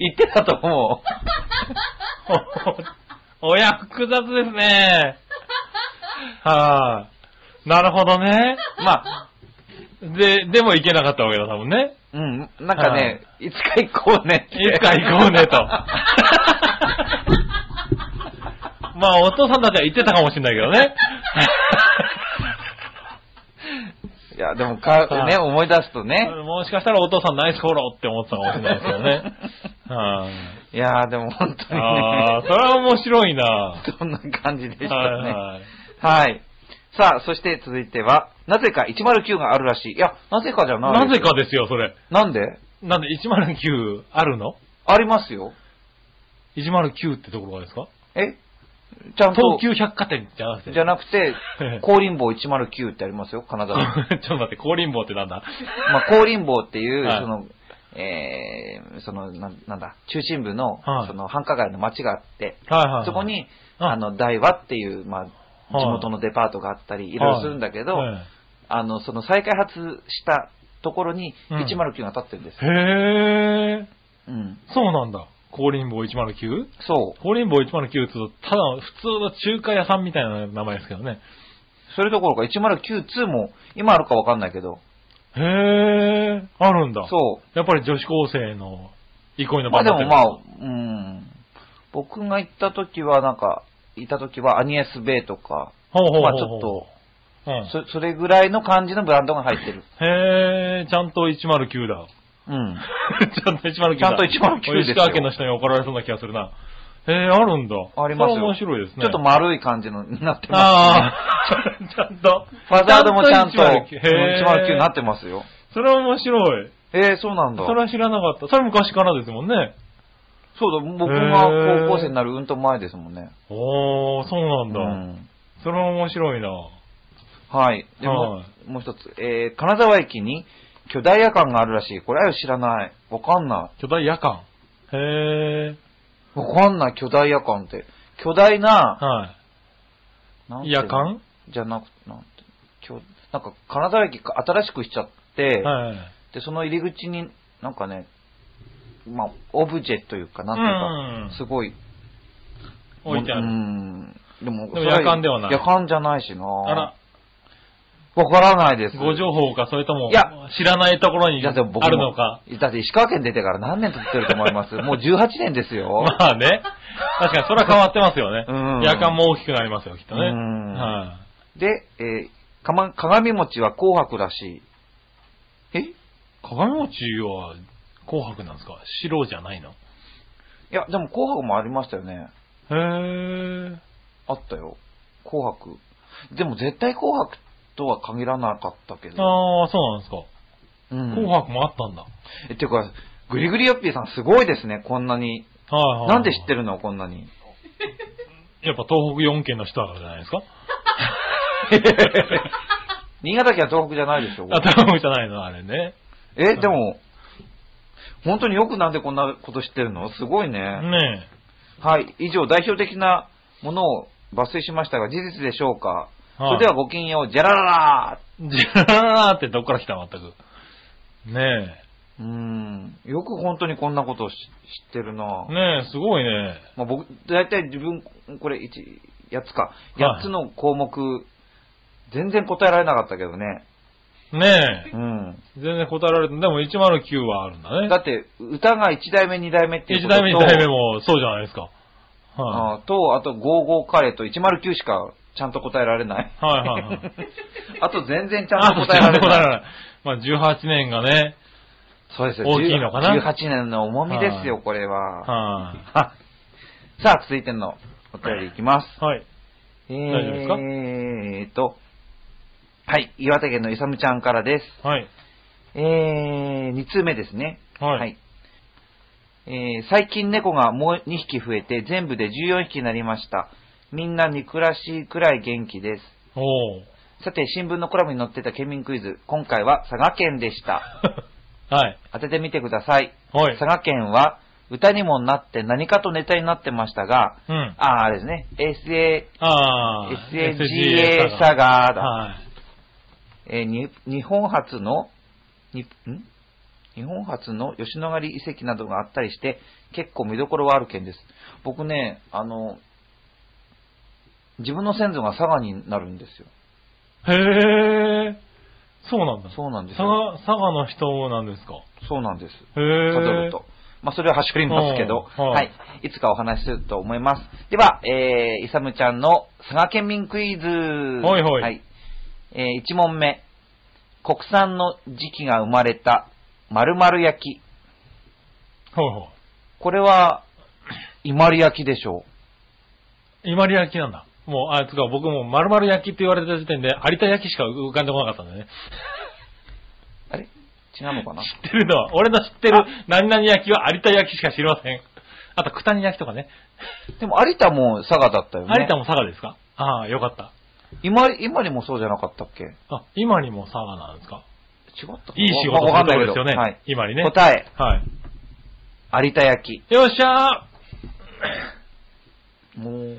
Speaker 1: 言ってたと思
Speaker 2: お親複雑ですね。はい、なるほどね。
Speaker 1: う。まあ、
Speaker 2: で、でも行けなかったわけだ、多分ね。
Speaker 1: うん、なんかね、いつか行こうねって。
Speaker 2: いつか行こうねとまあ、お父さんたちは行ってたかもしれないけ どね。
Speaker 1: いや、でもか、
Speaker 2: はい
Speaker 1: ね、思い出すとね。
Speaker 2: もしかしたらお父さんナイスフォローって思ってたかもしれないですよね。はい、
Speaker 1: いやー、でも本当に
Speaker 2: ああ、
Speaker 1: ね、
Speaker 2: それは面白いな。
Speaker 1: そんな感じでしたね。
Speaker 2: はいはい
Speaker 1: はい。さあ、そして続いては、なぜか109があるらしい。いや、なぜかじゃない。
Speaker 2: なぜかですよ、それ。
Speaker 1: なんで
Speaker 2: なんで109あるの
Speaker 1: ありますよ。
Speaker 2: 109ってところがですか
Speaker 1: えちゃんと。
Speaker 2: 東急百貨店じゃなくて。、
Speaker 1: じゃなくて 氷ん坊109ってありますよ、金沢。ま
Speaker 2: ちょっと待って、氷んぼってなんだ
Speaker 1: あ、氷ん坊っていう、
Speaker 2: はい
Speaker 1: その、えー、そのなん、なんだ、中心部の、
Speaker 2: はい
Speaker 1: その繁華街の街があって、
Speaker 2: はいはい。
Speaker 1: そこ、に、
Speaker 2: あ
Speaker 1: あの、大和っていう、まあ、
Speaker 2: はい
Speaker 1: 地元のデパートがあったり、いろいろするんだけど、
Speaker 2: はい
Speaker 1: あの、その再開発したところに
Speaker 2: うん
Speaker 1: 109が建ってるんです。
Speaker 2: へえ、
Speaker 1: うん。
Speaker 2: そうなんだ。氷んぼ 109?
Speaker 1: そう。
Speaker 2: 氷んぼ109って言うと、ただの普通の中華屋さんみたいな名前ですけどね。
Speaker 1: それどころか109通も、今あるかわかんないけど、
Speaker 2: へへえ、あるんだ。
Speaker 1: そう。
Speaker 2: やっぱり女子高生の憩いの
Speaker 1: ま
Speaker 2: 場
Speaker 1: あ
Speaker 2: に
Speaker 1: で
Speaker 2: なって
Speaker 1: も
Speaker 2: る
Speaker 1: まあ、うん。僕が行った時は、なんか、いた時はアニエス・ベイとか、
Speaker 2: ほうほうほう
Speaker 1: まあちょっと
Speaker 2: と、うん、
Speaker 1: そ、それぐらいの感じのブランドが入ってる。
Speaker 2: へえ、ちゃんと109だ。
Speaker 1: うん。
Speaker 2: ちゃんと109だ。
Speaker 1: ちゃんと109ですよ
Speaker 2: 石川県の人に怒られそうな気がするな。へえ、あるんだ。
Speaker 1: ありますよ
Speaker 2: それ面白いですね。
Speaker 1: ちょっと丸い感じのになってますね。
Speaker 2: ああ、 ちゃんと。
Speaker 1: ファザードもちゃんと、うん
Speaker 2: へえ
Speaker 1: 109になってますよ。
Speaker 2: それは面白い。
Speaker 1: えー、そうなんだ。
Speaker 2: それは知らなかった。それ昔からですもんね。
Speaker 1: そうだ、僕
Speaker 2: へ
Speaker 1: が
Speaker 2: え
Speaker 1: 高校生になるうんと前ですもんね。
Speaker 2: おー、そうなんだ。
Speaker 1: うん
Speaker 2: それは面白いな。
Speaker 1: はい。でも
Speaker 2: は、
Speaker 1: もう一つ。えー、金沢駅に巨大夜間があるらしい。これは知らない。わかんない。
Speaker 2: 巨大夜間。へえ。
Speaker 1: わかんない、巨大夜間って。巨大な、
Speaker 2: は
Speaker 1: なんて
Speaker 2: い。
Speaker 1: いうの
Speaker 2: 夜間
Speaker 1: じゃなくて、なんて、巨なんか、金沢駅か新しくしちゃって、
Speaker 2: はい。
Speaker 1: で、その入り口に、なんかね、まあ、オブジェというか、なんていう
Speaker 2: う
Speaker 1: か、
Speaker 2: ん
Speaker 1: すごい、
Speaker 2: 置いてあ
Speaker 1: う
Speaker 2: る。
Speaker 1: ん。でも、
Speaker 2: でも
Speaker 1: それは
Speaker 2: 夜間ではない
Speaker 1: 夜間じゃないしな
Speaker 2: あら、
Speaker 1: わからないです。
Speaker 2: ご情報か、それとも、
Speaker 1: いや
Speaker 2: 知らないところ
Speaker 1: い
Speaker 2: に
Speaker 1: や、
Speaker 2: あ
Speaker 1: でも僕も
Speaker 2: るのか。。
Speaker 1: だって石川県出てから何年経ってると思い ますもう18年ですよ。
Speaker 2: まあね。確かに、それは変わってますよね。
Speaker 1: うん
Speaker 2: 夜間も大きくなりますよ、きっとね。
Speaker 1: うん
Speaker 2: は
Speaker 1: で、えーかま、鏡餅は紅白らしい。えい
Speaker 2: い。鏡餅は、紅白なんですか白じゃないの
Speaker 1: や、でも紅白もありましたよね。
Speaker 2: へえ。
Speaker 1: あったよ。紅白。でも絶対紅白とは限らなかったけど。
Speaker 2: ああ、そうなんですか。
Speaker 1: うん
Speaker 2: 紅白もあったんだ。
Speaker 1: え、ていうか、グリグリヨッピーさんすごいですね、こんなに。
Speaker 2: はいはい。
Speaker 1: なんで知って
Speaker 2: る
Speaker 1: るのこんなに。
Speaker 2: やっぱ東北4県の人だからじゃないで すか
Speaker 1: 新潟県は東北じゃないでしょ。
Speaker 2: あ、東北じゃないの、あれね。
Speaker 1: え、でも、本当によくなんでこんなこと知ってるのすごいね。
Speaker 2: ね
Speaker 1: はい、以上代表的なものを抜粋しましたが、事実でしょうか、
Speaker 2: え。
Speaker 1: そ
Speaker 2: はい
Speaker 1: れではごきげんよう、じゃららら
Speaker 2: じゃあーってどっから来たの全く。ね
Speaker 1: うーん、よく本当にこんなことをし知ってるな
Speaker 2: え。ねえ、すごいね。
Speaker 1: まあ、僕、だいたい自分、これ1、8つか、8つの項目、全然答えられなかったけどね。
Speaker 2: ね
Speaker 1: うん。
Speaker 2: え。全然答えられて、でも109はあるんだね
Speaker 1: だ。って、歌が1代目、2代目っていう
Speaker 2: 1
Speaker 1: ことと、
Speaker 2: 代目、2代目もそうじゃないですか。はい、
Speaker 1: あーと、あと、55カレーと109しかちゃんと答えられない。
Speaker 2: はいはいはい。
Speaker 1: あと、全然ちゃ
Speaker 2: あ
Speaker 1: んと答えられ
Speaker 2: ちゃんと答えら
Speaker 1: ない。
Speaker 2: れない。まあ、18年がね、
Speaker 1: そうですよ。
Speaker 2: 大きいのかな
Speaker 1: 10 18年の重みですよ、
Speaker 2: は
Speaker 1: これは。
Speaker 2: は
Speaker 1: さあ、続いてのお便りいきます。
Speaker 2: い。はい。
Speaker 1: え
Speaker 2: 大丈夫ですか
Speaker 1: ーっと、はい、岩手県のいさむちゃんからです。
Speaker 2: はい。
Speaker 1: えー、2通目ですね。
Speaker 2: はい
Speaker 1: えー最近猫がもう2匹増えて全部で14匹になりました。みんな憎らしいくらい元気です。
Speaker 2: おお。
Speaker 1: さて、新聞のコラムに載ってた県民クイズ、今回は佐賀県でした。
Speaker 2: はい。
Speaker 1: 当ててみてください。
Speaker 2: はい
Speaker 1: 佐。賀県は歌にもなって何かとネタになってましたが、
Speaker 2: うん。
Speaker 1: あー、あれですね、SA、
Speaker 2: ああ。
Speaker 1: SAGA 佐賀だ、
Speaker 2: はい。
Speaker 1: えーに日本初の、にん日本初の吉野ヶ里遺跡などがあったりして、結構見どころはある県です。僕ね、あの、自分の先祖が佐賀になるんですよ。
Speaker 2: へえ。そうなんだ。
Speaker 1: そうなんです
Speaker 2: 佐
Speaker 1: よ。
Speaker 2: 賀、佐賀の人なんですか。
Speaker 1: そうなんです。
Speaker 2: へ
Speaker 1: たど
Speaker 2: え。
Speaker 1: ると。まあ、それは端折りますけど、
Speaker 2: うんうん
Speaker 1: はい。いつかお話しすると思います。では、えー、いさむちゃんの佐賀県民クイズ。はい
Speaker 2: はい
Speaker 1: えー、1問目。国産の時期が生まれた丸々焼き。
Speaker 2: ほうほう。
Speaker 1: これは、伊万里焼きでしょ
Speaker 2: 伊万里焼きなんだ。もう、あ、つうか僕も丸々焼きって言われた時点で、有田焼きしか浮かんでこなかったんだね。
Speaker 1: う。あれ違うのかな
Speaker 2: 知ってるのは、俺の知ってる何々焼きは有田焼きしか知りません。あと、九谷焼きとかね。
Speaker 1: でも、有田も佐賀だったよね。
Speaker 2: 有田も佐賀ですかああ、よかった。
Speaker 1: 伊万里、伊万里もそうじゃなかったっけ違
Speaker 2: あ、今にも佐賀なんですか
Speaker 1: ったかない
Speaker 2: い仕
Speaker 1: わ
Speaker 2: 事
Speaker 1: か
Speaker 2: す
Speaker 1: んな
Speaker 2: る
Speaker 1: い
Speaker 2: と
Speaker 1: け
Speaker 2: こで
Speaker 1: ど
Speaker 2: すよね。
Speaker 1: はい。
Speaker 2: 今にね。
Speaker 1: 答え、
Speaker 2: は
Speaker 1: 有田焼
Speaker 2: い。よっしゃ
Speaker 1: き。もう、
Speaker 2: ーよ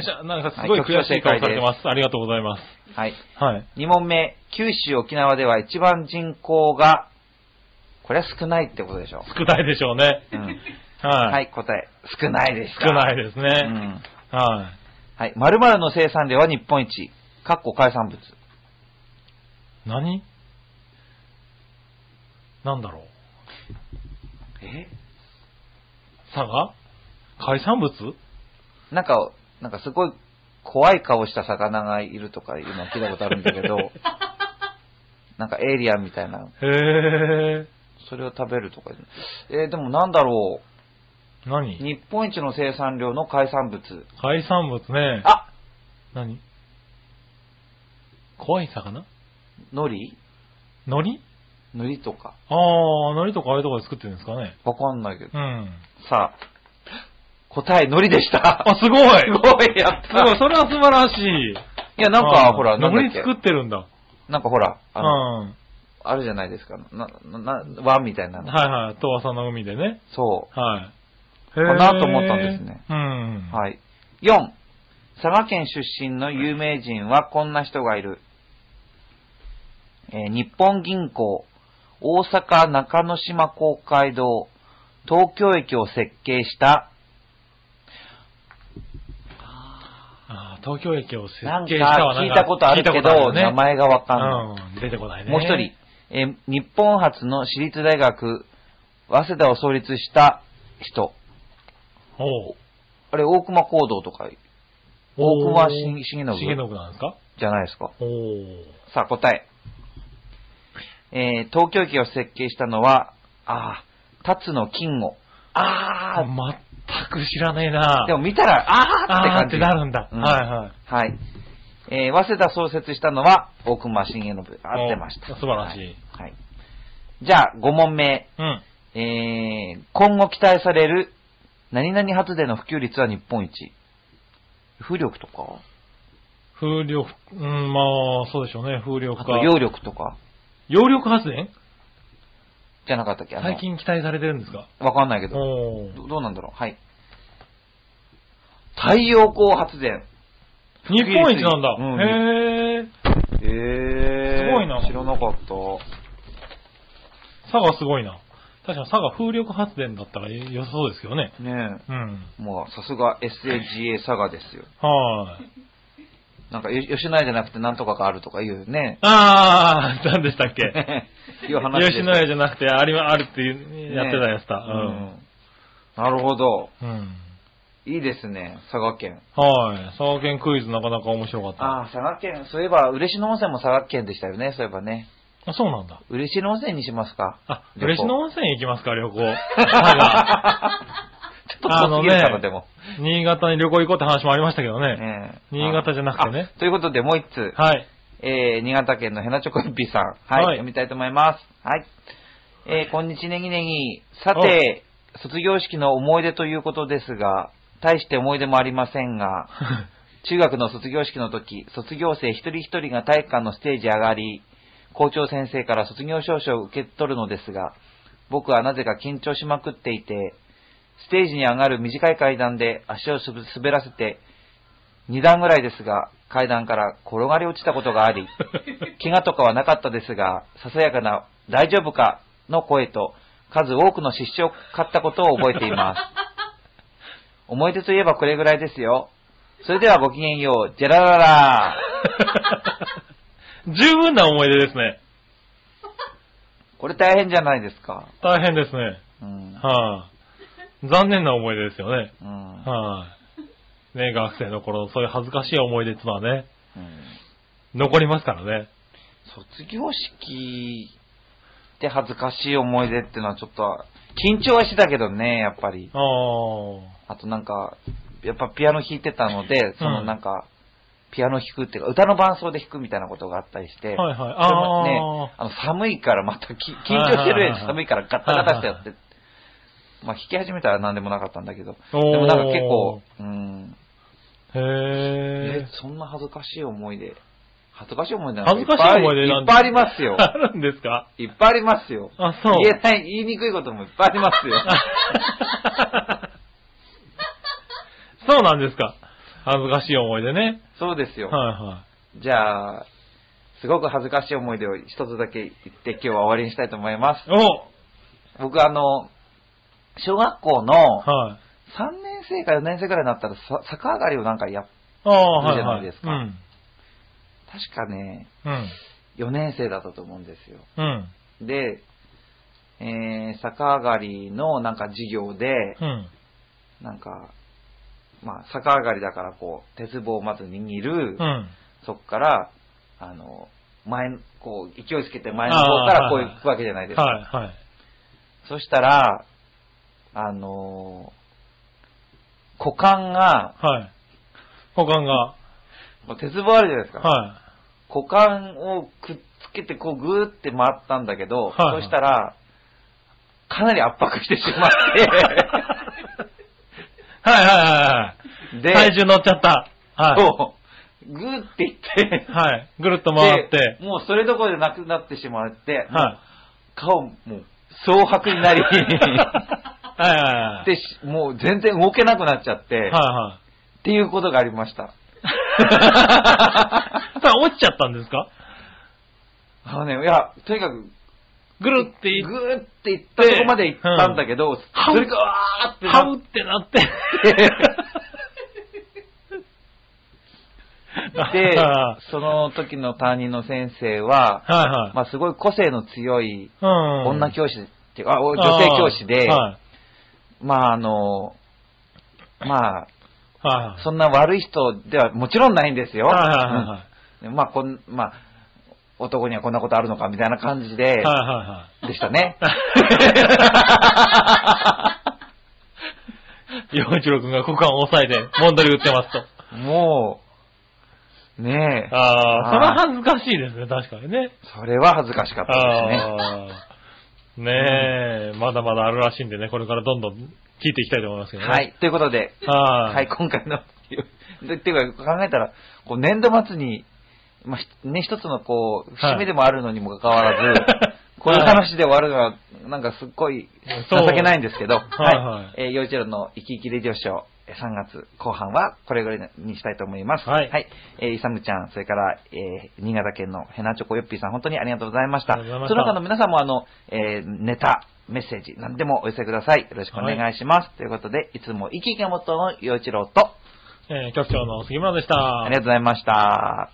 Speaker 2: っしゃなんかすごい悔しい顔されてます。ありがとうございます。
Speaker 1: はい。
Speaker 2: はい。
Speaker 1: 2問目、九州、沖縄では一番人口が、これは少ないってことでしょ
Speaker 2: 少ないでしょうね。
Speaker 1: う。うん、
Speaker 2: はい。
Speaker 1: はい、答え、少ないですか
Speaker 2: 少ないですね。
Speaker 1: うん、
Speaker 2: はい。
Speaker 1: はい、〇〇の生産量は日本一、かっこ海産物。
Speaker 2: 何なんだろう。
Speaker 1: え
Speaker 2: 佐賀海産物
Speaker 1: なんか、なんかすごい怖い顔した魚がいるとかいうの聞いたことあるんだけ ど、なんかエイリアンみたいな、
Speaker 2: へえ。
Speaker 1: それを食べるとか。えーでもなんだろう。
Speaker 2: 何
Speaker 1: 日本一の生産量の海産物。
Speaker 2: 海産物ね。
Speaker 1: あ
Speaker 2: 何怖い魚
Speaker 1: 海苔
Speaker 2: 海苔
Speaker 1: 海苔とか。
Speaker 2: ああ、海苔とかああいうとこで作ってるんですかね。
Speaker 1: わかんないけど。
Speaker 2: うん。
Speaker 1: さあ、答え海苔でした。
Speaker 2: あ、すごい す
Speaker 1: すごい、やっ
Speaker 2: ごい、
Speaker 1: た。
Speaker 2: それは素晴らしい。
Speaker 1: いや、なん
Speaker 2: あ
Speaker 1: か、
Speaker 2: ー
Speaker 1: ほら、なんだ
Speaker 2: 海
Speaker 1: っけ
Speaker 2: 苔作。ってるんだ。
Speaker 1: なんかほら、
Speaker 2: う
Speaker 1: あ
Speaker 2: ん。
Speaker 1: の、
Speaker 2: は
Speaker 1: あるじゃないですか。な、な、な和みたいないの。
Speaker 2: はい、遠浅の海でね。
Speaker 1: そ
Speaker 2: はい。
Speaker 1: かなと思ったんですね
Speaker 2: へー。うん。
Speaker 1: う。はい。4、佐賀県出身の有名人はこんな人がいる。えー日本銀行、大阪中之島公会堂、東京駅を設計した、
Speaker 2: あー東京駅を設
Speaker 1: なんか
Speaker 2: 計したは
Speaker 1: 聞いたことあるけ
Speaker 2: 聞いたことあ
Speaker 1: ど、
Speaker 2: るね
Speaker 1: 名前がわかんない。
Speaker 2: うん、出てこないね。
Speaker 1: もう一人。、えー日本初の私立大学、早稲田を創立した人。
Speaker 2: おう
Speaker 1: あれ、大隈講堂とか大隈重信
Speaker 2: 重信なんですか
Speaker 1: じゃないですか。
Speaker 2: おお。
Speaker 1: さあ、答え。えー東京駅を設計したのは、ああ、辰野金吾。
Speaker 2: あー、全く知らねえな
Speaker 1: でも見たら、ああ
Speaker 2: あー
Speaker 1: っ
Speaker 2: ってて
Speaker 1: 感じ。
Speaker 2: なるんだ。
Speaker 1: うん
Speaker 2: はいはい。
Speaker 1: はい。えー早稲田創設したのは、大隈重信。合ってました。
Speaker 2: お素晴らしい
Speaker 1: はい。はいじゃあ、5問目。
Speaker 2: うん。
Speaker 1: えー今後期待される、何々発電の普及率は日本一。風力とか
Speaker 2: 風力、うん、まあ、そうでしょうね。風力
Speaker 1: あ
Speaker 2: か
Speaker 1: と。揚力とか
Speaker 2: 揚力発電
Speaker 1: じゃなかったっけあの
Speaker 2: 最近期待されてるんですか
Speaker 1: わかんないけど。
Speaker 2: おー
Speaker 1: どどうなんだろうはい。太陽光発電。
Speaker 2: 日本一なんだ。
Speaker 1: うん
Speaker 2: へえ。
Speaker 1: えー、
Speaker 2: すごいな
Speaker 1: 知らなかった。
Speaker 2: 佐賀すごいな。確かに佐賀風力発電だったら良さそうですけどね。
Speaker 1: ね
Speaker 2: うん。
Speaker 1: え。もうさすが SAGA 佐賀ですよ。
Speaker 2: はーい。
Speaker 1: なんか、よ吉野家じゃなくてなんとかがあるとか言うよ ね。
Speaker 2: あー、何でしたっけ
Speaker 1: いう話です。
Speaker 2: 吉野家じゃなくて、ありま、あるっていう、
Speaker 1: ね
Speaker 2: やってたやつだ。
Speaker 1: うんなるほど。
Speaker 2: うん。うん。
Speaker 1: いいですね、佐賀県。
Speaker 2: はい。佐賀県クイズなかなか面白かった。
Speaker 1: ああ、佐賀県、そういえば、嬉野温泉も佐賀県でしたよね、そういえばね。
Speaker 2: あそうなんだ。
Speaker 1: 嬉野温泉にしますか。
Speaker 2: あ、
Speaker 1: 旅行
Speaker 2: 嬉野温泉行きますか、旅 行。佐賀
Speaker 1: ちょっと遠すぎるかな、でも。
Speaker 2: 新潟に旅行行こうって話もありましたけどね。
Speaker 1: ええ
Speaker 2: 新潟じゃなくてね。
Speaker 1: あということで、もう一つ。
Speaker 2: はい。
Speaker 1: えー、新潟県のヘナチョコエッピーさん。はい。
Speaker 2: はい
Speaker 1: 読みたいと思います。はい。えー、こんにちネギネギ。さて、卒業式の思い出ということですが、大して思い出もありません が、中学の卒業式の時、卒業生一人一人が体育館のステージ上がり、校長先生から卒業証書を受け取るのですが、僕はなぜか緊張しまくっていて、ステージに上がる短い階段で足をすぶ滑らせて、2段ぐらいですが、階段から転がり落ちたことがあり、怪我とかはなかったですが、ささやかな大丈夫かの声と、数多くの失笑を買ったことを覚えています。思い出といえばこれぐらいですよ。それではごきげんよう、ジェラララ
Speaker 2: 十分な思い出ですね。
Speaker 1: これ大変じゃないですか。
Speaker 2: 大変ですね。
Speaker 1: うん。
Speaker 2: はい、残念な思い出ですよね。
Speaker 1: うん。
Speaker 2: はい、ね、学生の頃のそういう恥ずかしい思い出ってのはね、
Speaker 1: うん
Speaker 2: 残りますからね。
Speaker 1: 卒業式で恥ずかしい思い出っていうのはちょっと、緊張はしてたけどね、やっぱり。
Speaker 2: ああ。
Speaker 1: あとなんか、やっぱピアノ弾いてたので、その
Speaker 2: うん
Speaker 1: なんか、ピアノ弾くっていうか、歌の伴奏で弾くみたいなことがあったりして、
Speaker 2: はいはい。
Speaker 1: それも
Speaker 2: あ
Speaker 1: ね、あの寒いからまたき緊張してる
Speaker 2: はいはいはいはい
Speaker 1: 寒いからガッタガタしてやって、まあ弾き始めたら何でもなかったんだけど、
Speaker 2: あ。で
Speaker 1: でもなんか結構、うん、
Speaker 2: へ
Speaker 1: え
Speaker 2: え。、
Speaker 1: そんな恥ずかしい思い出、恥ずかしい思い出なん
Speaker 2: 恥
Speaker 1: て
Speaker 2: ずかしい思い出
Speaker 1: い
Speaker 2: なん。
Speaker 1: っぱいありますよ
Speaker 2: あるんですか
Speaker 1: いっぱいありますよ。
Speaker 2: あ、そう。
Speaker 1: 言えない、言いにくいこともいっぱいありますよ。
Speaker 2: そうなんですか。恥ずかしい思い出ね。
Speaker 1: そうですよ。
Speaker 2: はいはい。
Speaker 1: じゃあ、すごく恥ずかしい思い出を一つだけ言って今日は終わりにしたいと思います。
Speaker 2: お
Speaker 1: 僕あの、小学校の
Speaker 2: はい。
Speaker 1: 3年生か4年生くらいになったらさ逆上がりをなんかやっ、
Speaker 2: ああ、は
Speaker 1: いい
Speaker 2: い、はい。
Speaker 1: じゃないですか
Speaker 2: うん。
Speaker 1: 確かね、
Speaker 2: うん。
Speaker 1: 4年生だったと思うんですよ。
Speaker 2: うん。
Speaker 1: で、えー、逆上がりのなんか事業で、
Speaker 2: うん。
Speaker 1: なんか、まあ、逆上がりだからこう、鉄棒をまず握る、
Speaker 2: うん。
Speaker 1: そこから、あの、前、こう、勢いつけて前の方からこう行くわけじゃないですか。
Speaker 2: はい、はい。
Speaker 1: そしたら、あのー股間が、
Speaker 2: はい。股間が、
Speaker 1: もう鉄棒あるじゃないですか。
Speaker 2: は
Speaker 1: 股間をくっつけて、こう、ぐーって回ったんだけど、
Speaker 2: はいはい
Speaker 1: そしたら、かなり圧迫してしまっ
Speaker 2: い。はい、は
Speaker 1: て、
Speaker 2: い、はい。
Speaker 1: で、
Speaker 2: 体重乗っちゃった。は
Speaker 1: そう、ぐーっていって
Speaker 2: い。、はい。ぐるっと回って
Speaker 1: で、もうそれどころじゃなくなってしまって、
Speaker 2: はい。
Speaker 1: 顔、もう、蒼白に なり、
Speaker 2: はい、はい、はい。
Speaker 1: で、しもう全然動けなくなっちゃって、
Speaker 2: は
Speaker 1: っていうことがありま した。
Speaker 2: い、はい。さあ、落ちちゃったんですか
Speaker 1: あのね、いや、とにかく、
Speaker 2: ぐるってい
Speaker 1: ぐーっていったとこまで行ったんだけど、それがわーって
Speaker 2: ハ
Speaker 1: なっ
Speaker 2: ウってなって。
Speaker 1: て
Speaker 2: は、
Speaker 1: その時の担任の先生は、
Speaker 2: いはい。
Speaker 1: まあすごい個性の強い
Speaker 2: うん。
Speaker 1: 女教師っていうか、あ女性教師で、
Speaker 2: はい。
Speaker 1: まああの、まあ、
Speaker 2: はい。
Speaker 1: そんな悪い人ではもちろんないんですよ。
Speaker 2: はいはいはいはい。
Speaker 1: うんまあこん、まあ、男にはこんなことあるのかみたいな感じで、
Speaker 2: はいはいは
Speaker 1: でしたね。
Speaker 2: い。洋一郎くんが股間を押さえて、もんどり打ってますと。
Speaker 1: もう、ねえ、
Speaker 2: あ あ、
Speaker 1: あ
Speaker 2: それは恥ずかしいですね、確かにね。
Speaker 1: それは恥ずかしかったですね。
Speaker 2: ああ。ねえ、まだまだあるらしいんでね、これからどんどん聞いていきたいと思いますけどね。
Speaker 1: はい。ということで、
Speaker 2: はい。
Speaker 1: はい、今回の、でっていう か考えたら、こう年度末に、まあひね、一つのこう、
Speaker 2: はい
Speaker 1: 節目でもあるのにもかかわらず、 こういう
Speaker 2: はい
Speaker 1: 話で終わるのは、なんかすっごい情
Speaker 2: そう
Speaker 1: けないんですけど、
Speaker 2: はいはい
Speaker 1: えー、洋一郎の生き生きレディオショー、えー3月後半はこれぐらいにしたいと思います。
Speaker 2: はい
Speaker 1: えーイサムちゃん、それから、えー新潟県のヘナチョコヨッピーさん、本当にありがとうございました。
Speaker 2: ありがとうご
Speaker 1: そ
Speaker 2: ざいました
Speaker 1: の他の皆さんも、あの、えーネタ、メッセージ、何でもお寄せください。よろしくお願いします。ということで、いつも生き生きが元の洋一郎と、
Speaker 2: えー局長の杉村でした。
Speaker 1: ありがとうございました。